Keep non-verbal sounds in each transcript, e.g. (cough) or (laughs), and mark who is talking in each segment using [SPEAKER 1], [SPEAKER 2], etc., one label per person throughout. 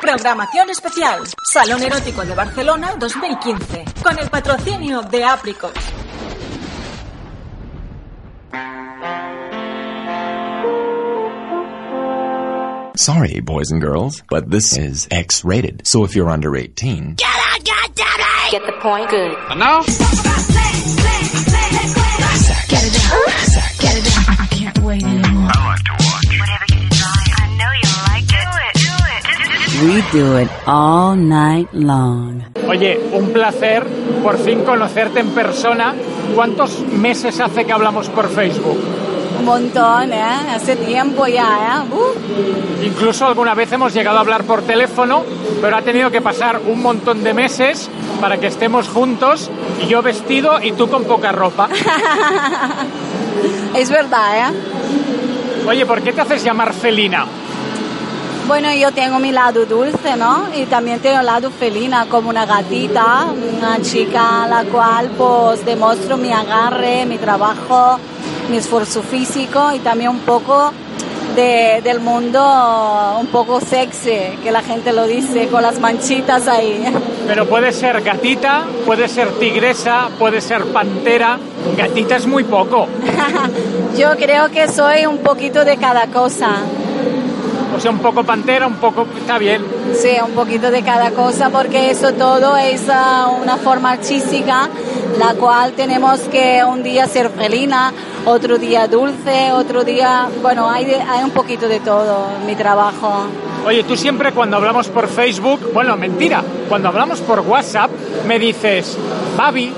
[SPEAKER 1] Programación especial. Salón Erótico de Barcelona 2015. Con el patrocinio de Apricot.
[SPEAKER 2] Sorry, boys and girls, but this is X rated. So if you're under 18,
[SPEAKER 3] Get the point? Good.
[SPEAKER 4] I can't wait anymore.
[SPEAKER 5] I know you like it. Do it. Do it.
[SPEAKER 6] We do it all night long.
[SPEAKER 7] Oye, un placer por fin conocerte en persona. ¿Cuántos meses hace que hablamos por Facebook?
[SPEAKER 6] Un montón, ¿eh? Hace tiempo ya, ¿eh? Uh,
[SPEAKER 7] Incluso alguna vez hemos llegado a hablar por teléfono, pero ha tenido que pasar un montón de meses para que estemos juntos, y yo vestido y tú con poca ropa.
[SPEAKER 6] (laughs) es verdad, ¿eh?
[SPEAKER 7] Oye, ¿por qué te haces llamar felina?
[SPEAKER 6] Bueno, yo tengo mi lado dulce, ¿no? Y también tengo el lado felina, como una gatita, una chica a la cual pues demuestro mi agarre, mi trabajo, mi esfuerzo físico y también un poco de- del mundo un poco sexy, que la gente lo dice, con las manchitas ahí.
[SPEAKER 7] Pero puede ser gatita, puede ser tigresa, puede ser pantera. Gatita es muy poco.
[SPEAKER 6] Yo creo que soy un poquito de cada cosa.
[SPEAKER 7] O sea, un poco pantera, un poco... Está bien.
[SPEAKER 6] Sí, un poquito de cada cosa porque eso todo es ah, una forma artística la cual tenemos que un día ser felina, otro día dulce, otro día, bueno, hay, de- hay un poquito de todo en mi trabajo.
[SPEAKER 7] Oye, tú siempre cuando hablamos por Facebook, bueno, mentira, cuando hablamos por WhatsApp, me dices, Babi,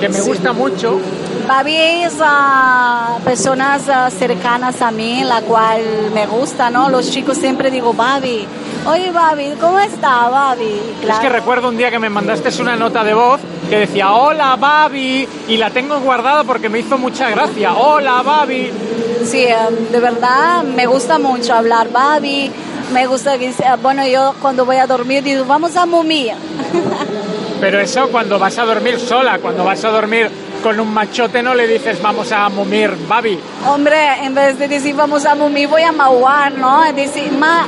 [SPEAKER 7] que me gusta mucho,
[SPEAKER 6] Babis a personas ah, cercanas a mí, la cual me gusta, ¿no? Los chicos siempre digo, Babi, oye Babi, ¿cómo está Babi?
[SPEAKER 7] es que recuerdo un día que me mandaste una nota de voz que decía, hola Babi, y la tengo guardada porque me hizo mucha gracia, hola Babi.
[SPEAKER 6] Sí, eh, de verdad me gusta mucho hablar, Babi. Me gusta que sea- bueno, yo cuando voy a dormir digo, vamos a mumir.
[SPEAKER 7] Pero eso cuando vas a dormir sola, cuando vas a dormir con un machote no le dices, vamos a mumir, Babi.
[SPEAKER 6] Hombre, en vez de decir vamos a mumir, voy a mauar, ¿no? Es decir, ma,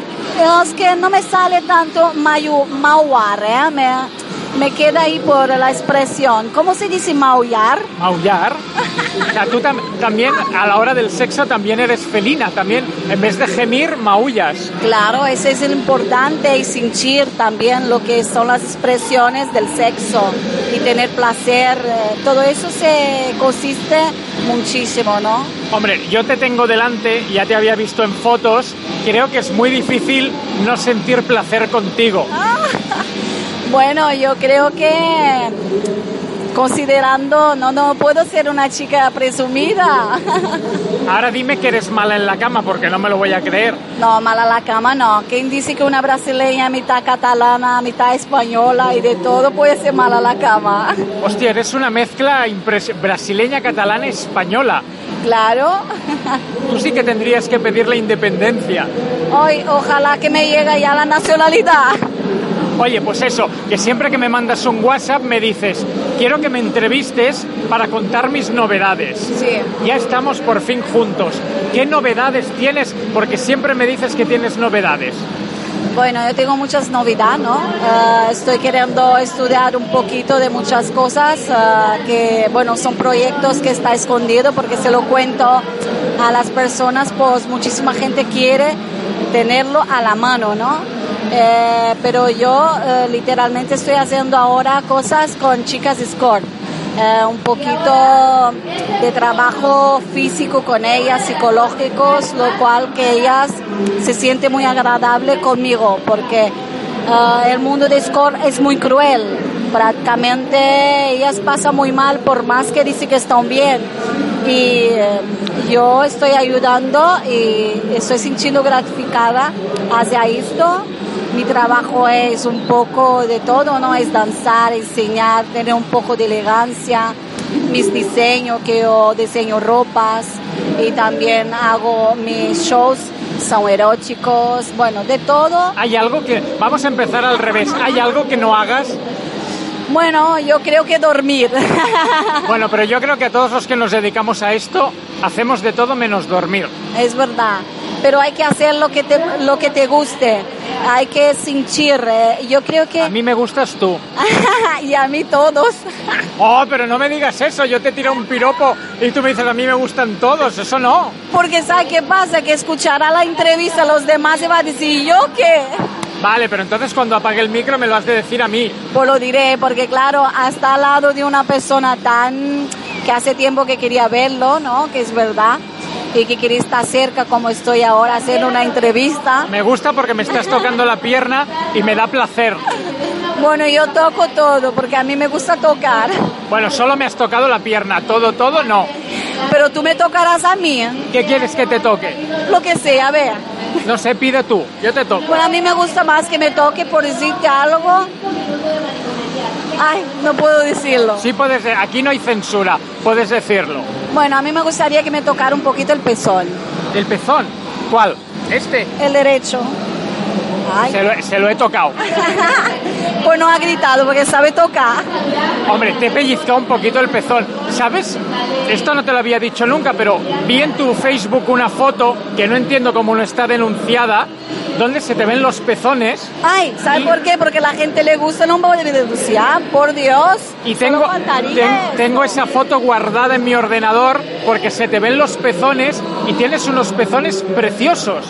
[SPEAKER 6] es que no me sale tanto mayu, mauar, ¿eh? Me, me queda ahí por la expresión. ¿Cómo se dice maullar?
[SPEAKER 7] Maullar. O sea, tú tam- también a la hora del sexo también eres felina, también en vez de gemir, maullas.
[SPEAKER 6] Claro, eso es importante y sentir también lo que son las expresiones del sexo y tener placer. eh, Todo eso se consiste muchísimo, ¿no?
[SPEAKER 7] Hombre, yo te tengo delante, ya te había visto en fotos, creo que es muy difícil no sentir placer contigo.
[SPEAKER 6] Bueno, yo creo que considerando, no, no puedo ser una chica presumida. (laughs)
[SPEAKER 7] Ahora dime que eres mala en la cama porque no me lo voy a creer.
[SPEAKER 6] No, mala la cama no. Quien dice que una brasileña mitad catalana, mitad española y de todo puede ser mala la cama. (laughs)
[SPEAKER 7] Hostia, eres una mezcla impres- brasileña, catalana, española.
[SPEAKER 6] Claro. (laughs)
[SPEAKER 7] Tú sí que tendrías que pedir la independencia.
[SPEAKER 6] Hoy, ojalá que me llegue ya la nacionalidad.
[SPEAKER 7] Oye, pues eso, que siempre que me mandas un WhatsApp me dices, quiero que me entrevistes para contar mis novedades.
[SPEAKER 6] Sí.
[SPEAKER 7] Ya estamos por fin juntos. ¿Qué novedades tienes? Porque siempre me dices que tienes novedades.
[SPEAKER 6] Bueno, yo tengo muchas novedades, ¿no? Eh, estoy queriendo estudiar un poquito de muchas cosas eh, que, bueno, son proyectos que está escondido porque se lo cuento a las personas, pues muchísima gente quiere tenerlo a la mano, ¿no? Eh, pero yo eh, literalmente estoy haciendo ahora cosas con chicas Score. Eh, un poquito de trabajo físico con ellas, psicológicos, lo cual que ellas se siente muy agradable conmigo, porque Ah, el mundo de Score es muy cruel. Prácticamente ellas pasan muy mal por más que dicen que están bien. Y eh, yo estoy ayudando y estoy sintiendo gratificada hacia esto. Mi trabajo es un poco de todo, ¿no? Es danzar, enseñar, tener un poco de elegancia. Mis diseños, que yo diseño ropas y también hago mis shows, son eróticos, bueno, de todo.
[SPEAKER 7] Hay algo que... Vamos a empezar al revés. ¿Hay algo que no hagas?
[SPEAKER 6] Bueno, yo creo que dormir. (laughs)
[SPEAKER 7] Bueno, pero yo creo que a todos los que nos dedicamos a esto, hacemos de todo menos dormir.
[SPEAKER 6] Es verdad, pero hay que hacer lo que te, lo que te guste, hay que sentir. eh, Yo creo que...
[SPEAKER 7] A mí me gustas tú.
[SPEAKER 6] (laughs) y a mí todos.
[SPEAKER 7] Oh, pero no me digas eso. Yo te tiro un piropo y tú me dices, a mí me gustan todos. Eso no.
[SPEAKER 6] Porque ¿sabe qué pasa? Que escuchará la entrevista a los demás y va a decir, ¿yo qué?
[SPEAKER 7] Vale, pero entonces cuando apague el micro me lo has de decir a mí.
[SPEAKER 6] Pues lo diré, porque claro, hasta al lado de una persona tan que hace tiempo que quería verlo, ¿no? Que es verdad. Y que quería estar cerca como estoy ahora haciendo una entrevista.
[SPEAKER 7] Me gusta porque me estás tocando la pierna y me da placer.
[SPEAKER 6] Bueno, yo toco todo, porque a mí me gusta tocar.
[SPEAKER 7] Bueno, solo me has tocado la pierna. Todo, todo, no.
[SPEAKER 6] Pero tú me tocarás a mí, ¿eh?
[SPEAKER 7] ¿Qué quieres que te toque?
[SPEAKER 6] lo que sea, a ver.
[SPEAKER 7] No sé, pide tú. Yo te toco.
[SPEAKER 6] Bueno, a mí me gusta más que me toque por decirte algo. Ay, no puedo decirlo.
[SPEAKER 7] Sí puedes... de- Aquí no hay censura. Puedes decirlo.
[SPEAKER 6] Bueno, a mí me gustaría que me tocara un poquito el pezón,
[SPEAKER 7] ¿El pezón? ¿Cuál? Este.
[SPEAKER 6] el derecho. Ay.
[SPEAKER 7] Se lo, se lo he tocado.
[SPEAKER 6] Pues no ha gritado porque sabe tocar.
[SPEAKER 7] Hombre, te he pellizcado un poquito el pezón. ¿Sabes? Esto no te lo había dicho nunca, pero vi en tu Facebook una foto que no entiendo cómo no está denunciada, donde se te ven los pezones
[SPEAKER 6] Ay, ¿sabe por qué? Porque la gente le gusta, no me voy a denunciar, por Dios.
[SPEAKER 7] y
[SPEAKER 6] Solo
[SPEAKER 7] tengo,
[SPEAKER 6] faltaría
[SPEAKER 7] ten-
[SPEAKER 6] eso.
[SPEAKER 7] tengo esa foto guardada en mi ordenador porque se te ven los pezones y tienes unos pezones preciosos.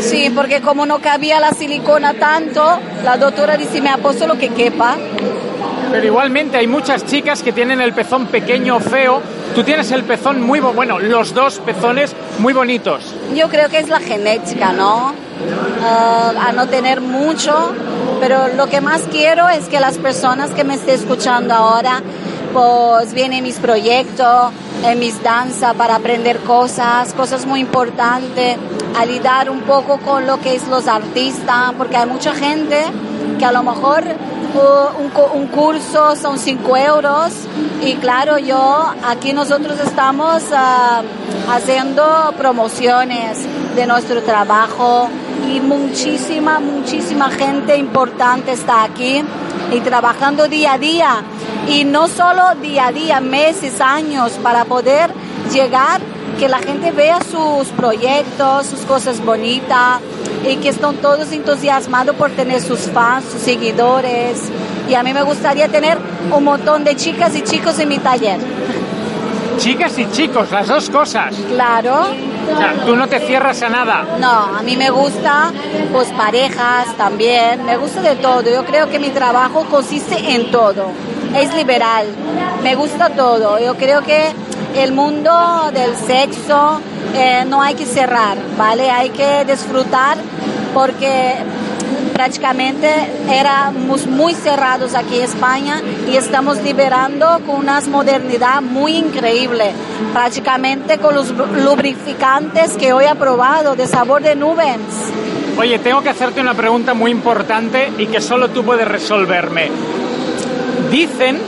[SPEAKER 6] Sí, porque como no cabía la silicona tanto, la doctora dice, me apuesto lo que quepa.
[SPEAKER 7] Pero igualmente hay muchas chicas que tienen el pezón pequeño, feo. Tú tienes el pezón muy bo- bueno, los dos pezones muy bonitos.
[SPEAKER 6] Yo creo que es la genética, ¿no? Ah, a no tener mucho, pero lo que más quiero es que las personas que me estén escuchando ahora, pues vienen mis proyectos, en mis danzas para aprender cosas, cosas muy importantes, a lidiar un poco con lo que es los artistas, porque hay mucha gente que a lo mejor uh, un, cu- un curso son 5 euros y claro, yo aquí nosotros estamos ah, haciendo promociones de nuestro trabajo y muchísima, muchísima gente importante está aquí y trabajando día a día y no solo día a día, meses, años para poder llegar que la gente vea sus proyectos, sus cosas bonitas y que están todos entusiasmados por tener sus fans, sus seguidores. Y a mí me gustaría tener un montón de chicas y chicos en mi taller.
[SPEAKER 7] Chicas y chicos, las dos cosas.
[SPEAKER 6] Claro,
[SPEAKER 7] O sea, tú no te cierras a nada.
[SPEAKER 6] no, a mí me gusta pues parejas también, me gusta de todo. Yo creo que mi trabajo consiste en todo. Es liberal, me gusta todo. Yo creo que el mundo del sexo eh, no hay que cerrar, ¿vale? Hay que disfrutar porque prácticamente éramos muy cerrados aquí en España y estamos liberando con una modernidad muy increíble, prácticamente con los lubrificantes que hoy he probado de sabor de nubes.
[SPEAKER 7] Oye, tengo que hacerte una pregunta muy importante y que solo tú puedes resolverme. Dicen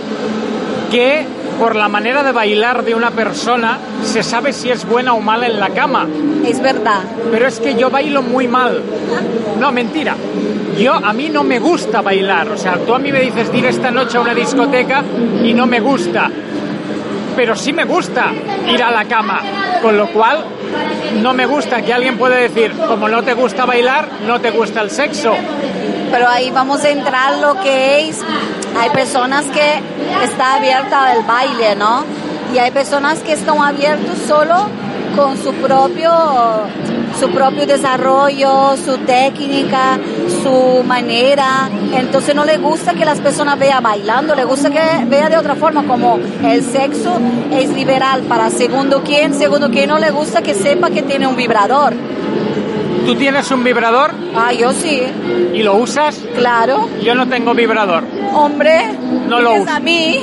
[SPEAKER 7] que por la manera de bailar de una persona se sabe si es buena o mala en la cama.
[SPEAKER 6] Es verdad.
[SPEAKER 7] Pero es que yo bailo muy mal. No, mentira. Yo a mí no me gusta bailar. O sea, tú a mí me dices de ir esta noche a una discoteca y no me gusta. Pero sí me gusta ir a la cama. Con lo cual, no me gusta que alguien pueda decir, como no te gusta bailar, no te gusta el sexo.
[SPEAKER 6] pero ahí vamos a entrar lo que es. Hay personas que está abierta al baile, ¿no? Y hay personas que están abiertos solo con su propio, su propio desarrollo, su técnica, su manera. Entonces no le gusta que las personas vean bailando, le gusta que vea de otra forma, como el sexo es liberal para segundo quien, segundo quien no le gusta que sepa que tiene un vibrador.
[SPEAKER 7] ¿Tú tienes un vibrador
[SPEAKER 6] Ah, yo sí,
[SPEAKER 7] y lo usas?
[SPEAKER 6] claro.
[SPEAKER 7] Yo no tengo vibrador.
[SPEAKER 6] Hombre,
[SPEAKER 7] No lo
[SPEAKER 6] vienes
[SPEAKER 7] uso.
[SPEAKER 6] a mí.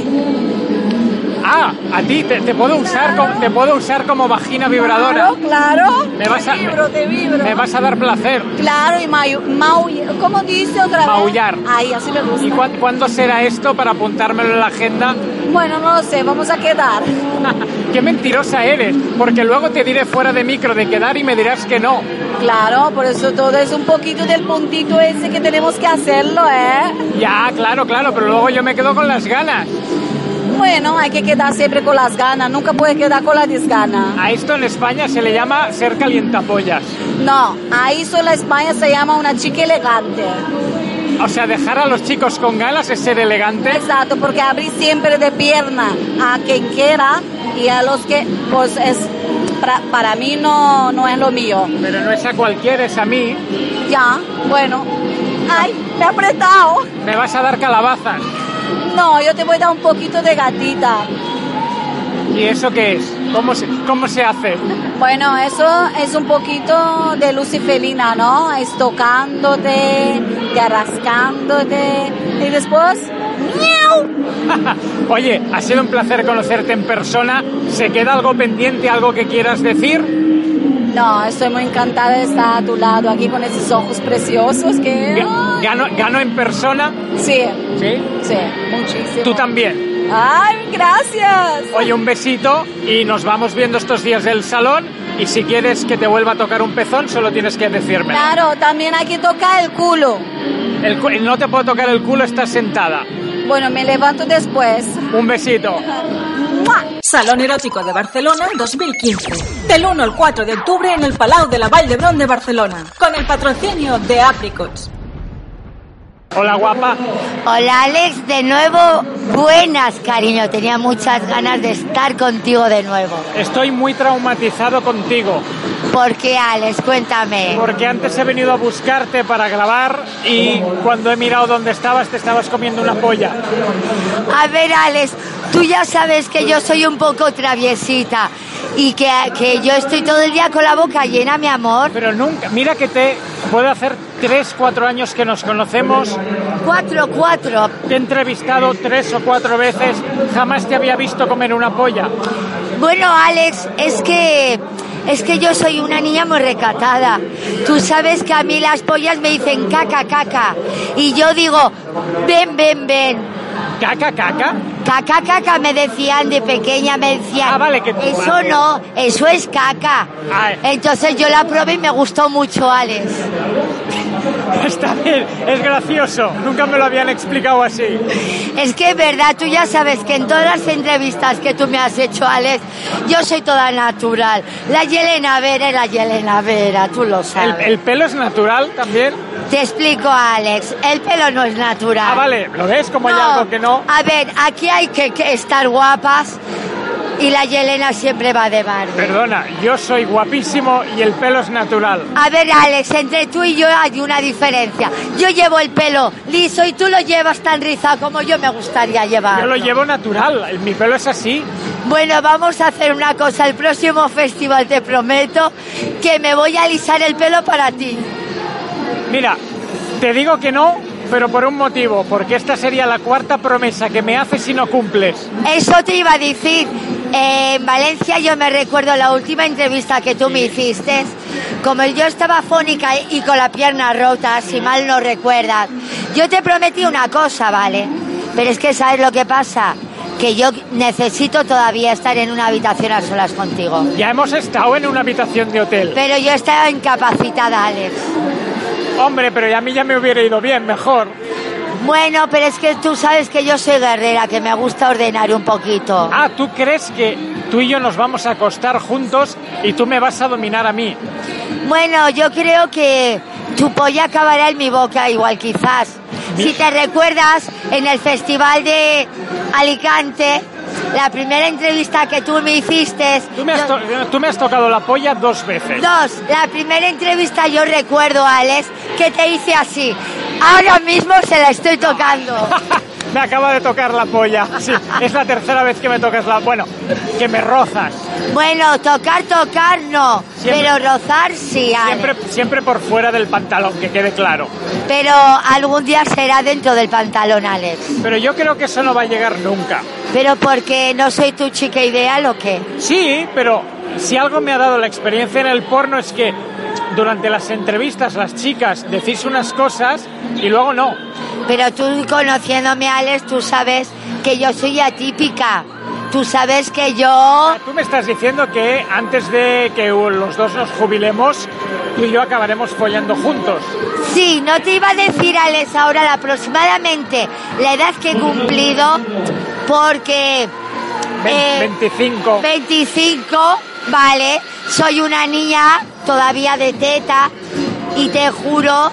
[SPEAKER 7] Ah, a ti te, te puedo usar como, te puedo usar como vagina vibradora.
[SPEAKER 6] Claro, claro.
[SPEAKER 7] Me vas a-
[SPEAKER 6] Te vibro, te vibro.
[SPEAKER 7] Me vas a dar placer.
[SPEAKER 6] Claro, y maullar. ¿Cómo dice otra vez?
[SPEAKER 7] Maullar.
[SPEAKER 6] Ay, así me gusta.
[SPEAKER 7] ¿Y cuán- cuándo será esto para apuntármelo en la agenda?
[SPEAKER 6] Bueno, no lo sé, vamos a quedar.
[SPEAKER 7] Qué mentirosa eres, porque luego te diré fuera de micro de quedar y me dirás que no.
[SPEAKER 6] Claro, por eso todo es un poquito del puntito ese que tenemos que hacerlo, ¿eh?
[SPEAKER 7] Ya, claro, claro, pero luego yo me quedo con las ganas.
[SPEAKER 6] Bueno, hay que quedar siempre con las ganas, nunca puedes quedar con la desgana.
[SPEAKER 7] A esto en España se le llama ser calientapollas.
[SPEAKER 6] No, ahí solo España se llama una chica elegante.
[SPEAKER 7] O sea, dejar a los chicos con ganas es ser elegante.
[SPEAKER 6] Exacto, porque abrir siempre de pierna a quien quiera y a los que, pues es, para, para mí no, no es lo mío.
[SPEAKER 7] Pero no es a cualquiera, es a mí.
[SPEAKER 6] Ya, bueno. Ay, me ha apretado.
[SPEAKER 7] Me vas a dar calabazas.
[SPEAKER 6] No, yo te voy a dar un poquito de gatita.
[SPEAKER 7] ¿Y eso qué es? ¿Cómo se, cómo se hace?
[SPEAKER 6] Bueno, eso es un poquito de lucifelina, ¿no? Es tocándote, te arrascándote y después... ¡miau!
[SPEAKER 7] Oye, ha sido un placer conocerte en persona. ¿Se queda algo pendiente, algo que quieras decir?
[SPEAKER 6] No, estoy muy encantada de estar a tu lado aquí con esos ojos preciosos que...
[SPEAKER 7] (laughs) Ga- ¿Gano, gano en persona?
[SPEAKER 6] Sí,
[SPEAKER 7] Sí.
[SPEAKER 6] sí, muchísimo.
[SPEAKER 7] Tú también.
[SPEAKER 6] ¡Ay, gracias!
[SPEAKER 7] Oye, un besito y nos vamos viendo estos días del salón. Y si quieres que te vuelva a tocar un pezón, solo tienes que decirme.
[SPEAKER 6] Claro, también aquí toca el culo.
[SPEAKER 7] El cu- el no te puedo tocar el culo, estás sentada.
[SPEAKER 6] Bueno, me levanto después.
[SPEAKER 7] Un besito.
[SPEAKER 6] ¡Mua!
[SPEAKER 1] Salón Erótico de Barcelona 2015. Del 1 al 4 de octubre en el Palau de la Vall d'Hebron de Barcelona. Con el patrocinio de Apricots.
[SPEAKER 7] Hola, guapa.
[SPEAKER 3] Hola Alex, de nuevo, buenas cariño, tenía muchas ganas de estar contigo de nuevo.
[SPEAKER 7] Estoy muy traumatizado contigo.
[SPEAKER 3] ¿Por qué Alex? Cuéntame.
[SPEAKER 7] Porque antes he venido a buscarte para grabar y cuando he mirado dónde estabas te estabas comiendo una polla.
[SPEAKER 3] A ver Alex, tú ya sabes que yo soy un poco traviesita y que, que yo estoy todo el día con la boca llena, mi amor.
[SPEAKER 7] Pero nunca, mira que te puede hacer 3, 4 años que nos conocemos,
[SPEAKER 3] Cuatro, cuatro.
[SPEAKER 7] te he entrevistado tres o cuatro veces, jamás te había visto comer una polla.
[SPEAKER 3] Bueno, Alex, es que es que yo soy una niña muy recatada. Tú sabes que a mí las pollas me dicen caca, caca. Y yo digo, ven, ven, ven.
[SPEAKER 7] ¿Caca, caca? (laughs)
[SPEAKER 3] Caca, caca me decían de pequeña, me decían.
[SPEAKER 7] Ah, vale, que-
[SPEAKER 3] Eso no, eso es caca.
[SPEAKER 7] Ay.
[SPEAKER 3] Entonces yo la probé y me gustó mucho, Alex.
[SPEAKER 7] Está bien, es gracioso, nunca me lo habían explicado así.
[SPEAKER 3] Es que es verdad, tú ya sabes que en todas las entrevistas que tú me has hecho, Alex, yo soy toda natural. La Yelena Vera es la Yelena Vera, tú lo
[SPEAKER 7] ¿El,
[SPEAKER 3] sabes.
[SPEAKER 7] el pelo es natural también?
[SPEAKER 3] Te explico, Alex. El pelo no es natural.
[SPEAKER 7] Ah, vale, ¿lo ves? Como hay
[SPEAKER 3] No.
[SPEAKER 7] algo que no.
[SPEAKER 3] A ver, aquí hay que, que estar guapas y la Yelena siempre va de Barbie.
[SPEAKER 7] Perdona, yo soy guapísimo y el pelo es natural.
[SPEAKER 3] A ver, Alex, entre tú y yo hay una diferencia. Yo llevo el pelo liso y tú lo llevas tan rizado como yo me gustaría
[SPEAKER 6] Ah.
[SPEAKER 3] llevar.
[SPEAKER 7] Yo lo llevo natural, el- mi pelo es así.
[SPEAKER 3] Bueno, vamos a hacer una cosa. El próximo festival te prometo que me voy a alisar el pelo para ti.
[SPEAKER 7] Mira, te digo que no, pero por un motivo, porque esta sería la cuarta promesa que me haces si no cumples.
[SPEAKER 3] Eso te iba a decir. Eh, en Valencia yo me recuerdo la última entrevista que tú me hiciste, como yo estaba fónica y con la pierna rota, si mal no recuerdas, yo te prometí una cosa, ¿vale? Pero es que sabes lo que pasa, que yo necesito todavía estar en una habitación a solas contigo.
[SPEAKER 7] Ya hemos estado en una habitación de hotel.
[SPEAKER 3] Pero yo estaba incapacitada, Alex.
[SPEAKER 7] Hombre, pero ya a mí ya me hubiera ido bien, mejor.
[SPEAKER 3] Bueno, pero es que tú sabes que yo soy guerrera, que me gusta ordenar un poquito.
[SPEAKER 7] Ah, ¿tú crees que tú y yo nos vamos a acostar juntos y tú me vas a dominar a mí?
[SPEAKER 3] Bueno, yo creo que tu polla acabará en mi boca igual quizás. Si te recuerdas, en el festival de Alicante, la primera entrevista que tú me hiciste...
[SPEAKER 7] Tú me has,
[SPEAKER 3] yo-
[SPEAKER 7] to- tú me has tocado la polla dos veces.
[SPEAKER 3] Dos, la primera entrevista
[SPEAKER 7] (laughs)
[SPEAKER 3] yo recuerdo, Alex, que te hice así. Ahora mismo se la estoy tocando.
[SPEAKER 7] Me acaba de tocar la polla. Sí, es la tercera vez que me tocas la... Bueno, que me rozas.
[SPEAKER 3] Bueno, tocar, tocar no,
[SPEAKER 7] Siempre.
[SPEAKER 3] pero rozar sí. Ale.
[SPEAKER 7] Siempre, siempre por fuera del pantalón, que quede claro.
[SPEAKER 3] Pero algún día será dentro del pantalón, Alex.
[SPEAKER 7] Pero yo creo que eso no va a llegar nunca.
[SPEAKER 3] Pero porque no soy tu chica ideal o qué.
[SPEAKER 7] Sí, pero si algo me ha dado la experiencia en el porno es que durante las entrevistas las chicas decís unas cosas y luego no.
[SPEAKER 3] Pero tú conociéndome, Alex, tú sabes que yo soy atípica. Tú sabes que yo...
[SPEAKER 7] Tú me estás diciendo que antes de que los dos nos jubilemos, tú y yo acabaremos follando juntos.
[SPEAKER 3] Sí, no te iba a decir, Alex, ahora la aproximadamente la edad que he cumplido porque...
[SPEAKER 7] Ve-
[SPEAKER 3] eh,
[SPEAKER 7] 25.
[SPEAKER 3] 25, vale. Soy una niña todavía de teta y te juro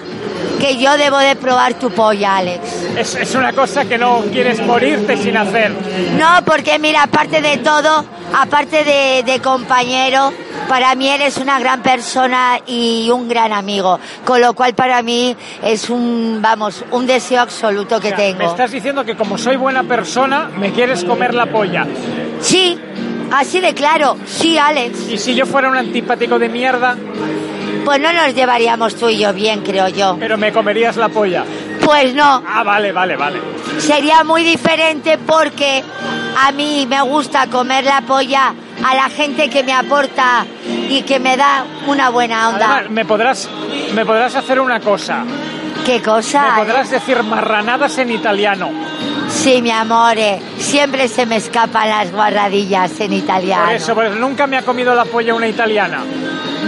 [SPEAKER 3] que yo debo de probar tu polla, Alex.
[SPEAKER 7] Es, es una cosa que no quieres morirte sin hacer.
[SPEAKER 3] No, porque mira, aparte de todo, aparte de, de compañero, para mí eres una gran persona y un gran amigo. Con lo cual para mí es un, vamos, un deseo absoluto que
[SPEAKER 7] O sea, Me
[SPEAKER 3] tengo.
[SPEAKER 7] estás diciendo que como soy buena persona, me quieres comer la polla.
[SPEAKER 3] Sí, así de claro. Sí, Alex.
[SPEAKER 7] Y si yo fuera un antipático de mierda,
[SPEAKER 3] Pues no nos llevaríamos tú y yo bien, creo yo.
[SPEAKER 7] pero me comerías la polla.
[SPEAKER 3] Pues no.
[SPEAKER 7] Ah, vale, vale, vale.
[SPEAKER 3] Sería muy diferente porque a mí me gusta comer la polla a la gente que me aporta y que me da una buena onda.
[SPEAKER 7] Además, me podrás, me podrás hacer una cosa.
[SPEAKER 3] ¿Qué cosa?
[SPEAKER 7] Me
[SPEAKER 3] eh?
[SPEAKER 7] podrás decir marranadas en italiano.
[SPEAKER 3] Sí, mi amor, eh, siempre se me escapan las guarradillas en italiano.
[SPEAKER 7] Por eso, por eso nunca me ha comido la polla una italiana.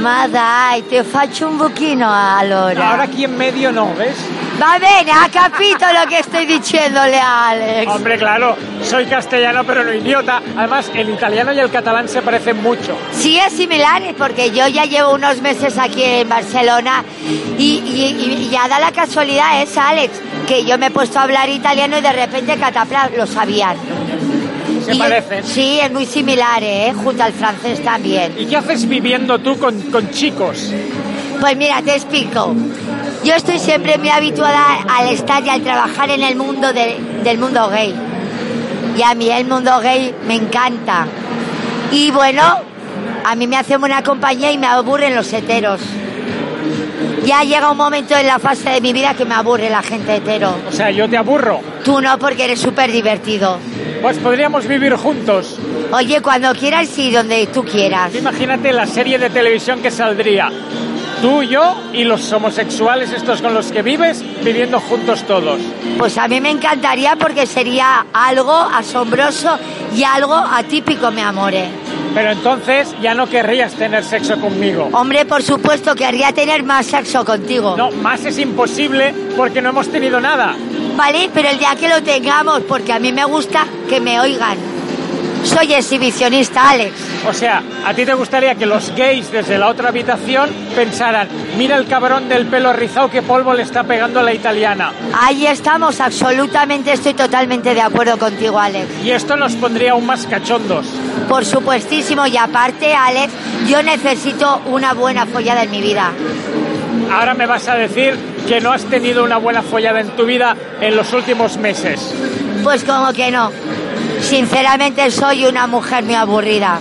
[SPEAKER 3] Ma dai, te faccio un buchino allora.
[SPEAKER 7] Ahora aquí en medio no, ¿ves?
[SPEAKER 3] Va bene, ha capito lo que estoy diciéndole a Alex.
[SPEAKER 7] Hombre, claro, soy castellano pero no idiota. Además, el italiano y el catalán se parecen mucho.
[SPEAKER 3] Sí, es similar, eh, porque yo ya llevo unos meses aquí en Barcelona y, y- y ya da la casualidad es, Alex, que yo me he puesto a hablar italiano y de repente catapla lo sabían.
[SPEAKER 7] Se
[SPEAKER 3] Y-
[SPEAKER 7] parecen.
[SPEAKER 3] Sí, es muy similar, ¿eh? Junto al francés también.
[SPEAKER 7] ¿Y qué haces viviendo tú con, con chicos?
[SPEAKER 3] Pues mira, te explico. Yo estoy siempre muy habituada al estar y al trabajar en el mundo de- del mundo gay. Y a mí el mundo gay me encanta. Y bueno, a mí me hace buena compañía y me aburren los heteros. Ya llega un momento en la fase de mi vida que me aburre la gente hetero.
[SPEAKER 7] O sea, yo te aburro.
[SPEAKER 3] Tú no, porque eres súper divertido.
[SPEAKER 7] Pues podríamos vivir juntos.
[SPEAKER 3] Oye, cuando quieras y donde tú quieras.
[SPEAKER 7] Imagínate la serie de televisión que saldría. Tú, yo y los homosexuales estos con los que vives, viviendo juntos todos.
[SPEAKER 3] Pues a mí me encantaría porque sería algo asombroso y algo atípico, mi ¿eh? amore.
[SPEAKER 7] Pero entonces ya no querrías tener sexo conmigo.
[SPEAKER 3] Hombre, por supuesto, querría tener más sexo contigo.
[SPEAKER 7] No, más es imposible porque no hemos tenido nada.
[SPEAKER 3] Vale, pero el día que lo tengamos, porque a mí me gusta que me oigan. Soy exhibicionista, Alex.
[SPEAKER 7] O sea, a ti te gustaría que los gays desde la otra habitación pensaran, mira el cabrón del pelo rizado que polvo le está pegando a la italiana.
[SPEAKER 3] Ahí estamos, absolutamente, estoy totalmente de acuerdo contigo, Alex.
[SPEAKER 7] Y esto nos pondría aún más cachondos.
[SPEAKER 3] Por supuestísimo, y aparte, Alex, yo necesito una buena follada en mi vida.
[SPEAKER 7] Ahora me vas a decir que no has tenido una buena follada en tu vida en los últimos meses.
[SPEAKER 3] Pues como que no. Sinceramente soy una mujer muy aburrida.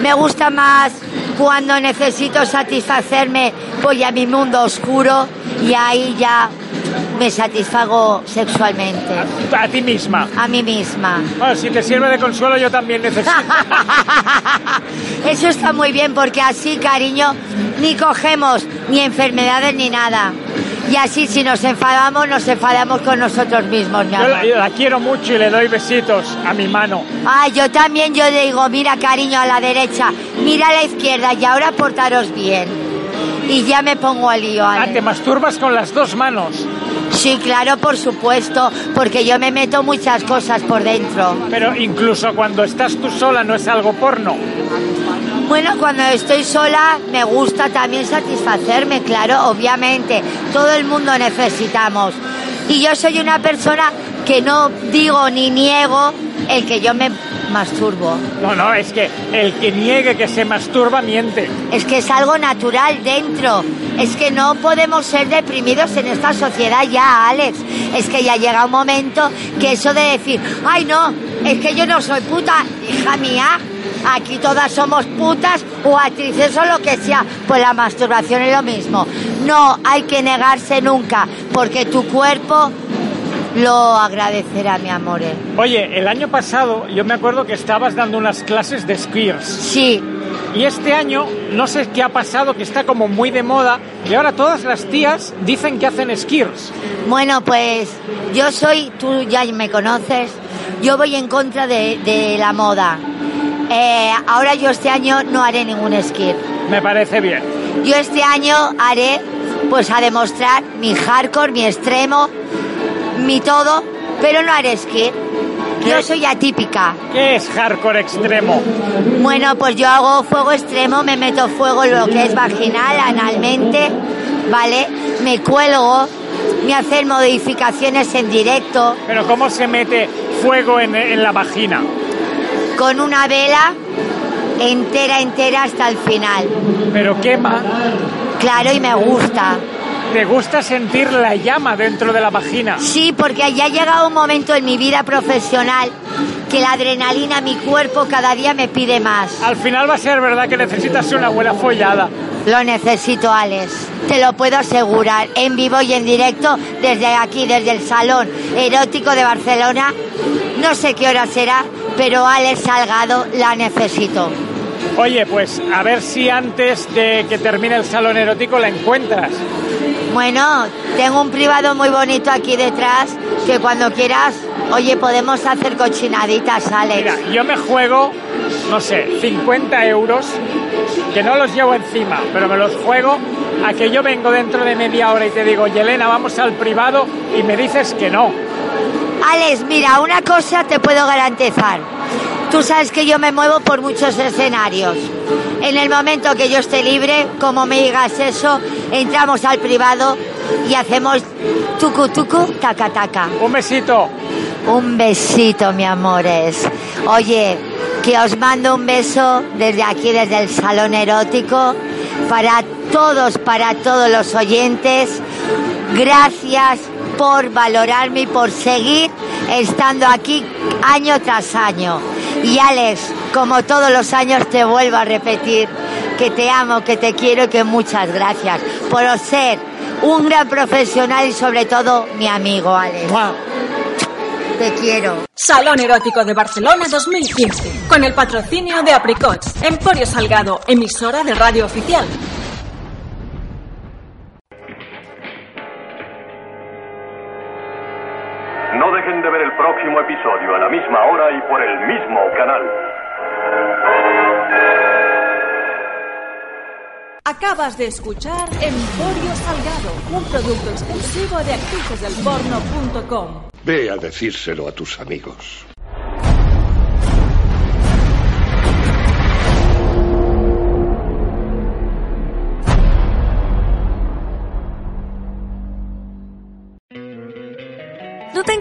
[SPEAKER 3] Me gusta más cuando necesito satisfacerme, voy a mi mundo oscuro y ahí ya me satisfago sexualmente,
[SPEAKER 7] A, a ti misma.
[SPEAKER 3] a mí misma.
[SPEAKER 7] Bueno, si te sirve de consuelo yo también necesito.
[SPEAKER 3] Eso está muy bien porque así, cariño, ni cogemos ni enfermedades ni nada. Y así si nos enfadamos, nos enfadamos con nosotros mismos, mi
[SPEAKER 7] Yo
[SPEAKER 3] amor.
[SPEAKER 7] la, la quiero mucho y le doy besitos a mi mano.
[SPEAKER 3] Ah, yo también, yo le digo, mira cariño a la derecha, mira a la izquierda y ahora portaros bien. Y ya me pongo al lío,
[SPEAKER 7] Ah, te
[SPEAKER 3] Ale.
[SPEAKER 7] masturbas con las dos manos.
[SPEAKER 3] Sí, claro, por supuesto, porque yo me meto muchas cosas por dentro.
[SPEAKER 7] Pero incluso cuando estás tú sola no es algo porno.
[SPEAKER 3] Bueno, cuando estoy sola me gusta también satisfacerme, claro, obviamente. Todo el mundo necesitamos. Y yo soy una persona que no digo ni niego el que yo me masturbo.
[SPEAKER 7] No, no, es que el que niegue que se masturba miente.
[SPEAKER 3] Es que es algo natural dentro. Es que no podemos ser deprimidos en esta sociedad ya, Alex. Es que ya llega un momento que eso de decir, ay no, es que yo no soy puta, hija mía. Aquí todas somos putas o actrices o lo que sea. Pues la masturbación es lo mismo. No hay que negarse nunca, porque tu cuerpo lo agradecerá, mi amor. ¿eh?
[SPEAKER 7] Oye, el año pasado yo me acuerdo que estabas dando unas clases de skiers.
[SPEAKER 3] Sí,
[SPEAKER 7] Y este año no sé qué ha pasado, que está como muy de moda. Y ahora todas las tías dicen que hacen skiers.
[SPEAKER 3] Bueno, pues yo soy, tú ya me conoces, yo voy en contra de, de la moda. Eh, ahora yo este año no haré ningún esquí.
[SPEAKER 7] Me parece bien.
[SPEAKER 3] Yo este año haré, pues a demostrar mi hardcore, mi extremo, mi todo, pero no haré esquí. Yo
[SPEAKER 7] ¿Qué?
[SPEAKER 3] soy atípica.
[SPEAKER 7] ¿Qué es hardcore extremo?
[SPEAKER 3] Bueno, pues yo hago fuego extremo, me meto fuego en lo que es vaginal, analmente, ¿vale? Me cuelgo, me hacen modificaciones en directo.
[SPEAKER 7] Pero ¿cómo se mete fuego en, en la vagina?
[SPEAKER 3] con una vela entera, entera hasta el final.
[SPEAKER 7] Pero quema.
[SPEAKER 3] Claro, y me gusta.
[SPEAKER 7] ¿Te gusta sentir la llama dentro de la vagina?
[SPEAKER 3] Sí, porque ya ha llegado un momento en mi vida profesional que la adrenalina, mi cuerpo cada día me pide más.
[SPEAKER 7] Al final va a ser verdad que necesitas una abuela follada.
[SPEAKER 3] Lo necesito, Alex. Te lo puedo asegurar, en vivo y en directo, desde aquí, desde el Salón Erótico de Barcelona. No sé qué hora será, pero Alex Salgado la necesito.
[SPEAKER 7] Oye, pues a ver si antes de que termine el salón erótico la encuentras.
[SPEAKER 3] Bueno, tengo un privado muy bonito aquí detrás que cuando quieras, oye, podemos hacer cochinaditas, Alex.
[SPEAKER 7] Mira, yo me juego, no sé, 50 euros, que no los llevo encima, pero me los juego a que yo vengo dentro de media hora y te digo, Yelena, vamos al privado y me dices que no.
[SPEAKER 3] Alex, mira, una cosa te puedo garantizar. Tú sabes que yo me muevo por muchos escenarios. En el momento que yo esté libre, como me digas eso, entramos al privado y hacemos tucu tucu, taca taca.
[SPEAKER 7] Un besito.
[SPEAKER 3] Un besito, mi amores. Oye, que os mando un beso desde aquí, desde el Salón Erótico, para todos, para todos los oyentes. Gracias por valorarme y por seguir estando aquí año tras año. Y Alex, como todos los años, te vuelvo a repetir que te amo, que te quiero y que muchas gracias por ser un gran profesional y sobre todo mi amigo Alex.
[SPEAKER 7] ¡Mua!
[SPEAKER 3] Te quiero.
[SPEAKER 1] Salón Erótico de Barcelona 2015, con el patrocinio de Apricots, Emporio Salgado, emisora de radio oficial.
[SPEAKER 8] No dejen de ver el próximo episodio a la misma hora y por el mismo canal.
[SPEAKER 1] Acabas de escuchar Emporio Salgado, un producto exclusivo de actricesdelporno.com.
[SPEAKER 9] Ve a decírselo a tus amigos.
[SPEAKER 10] ¿No te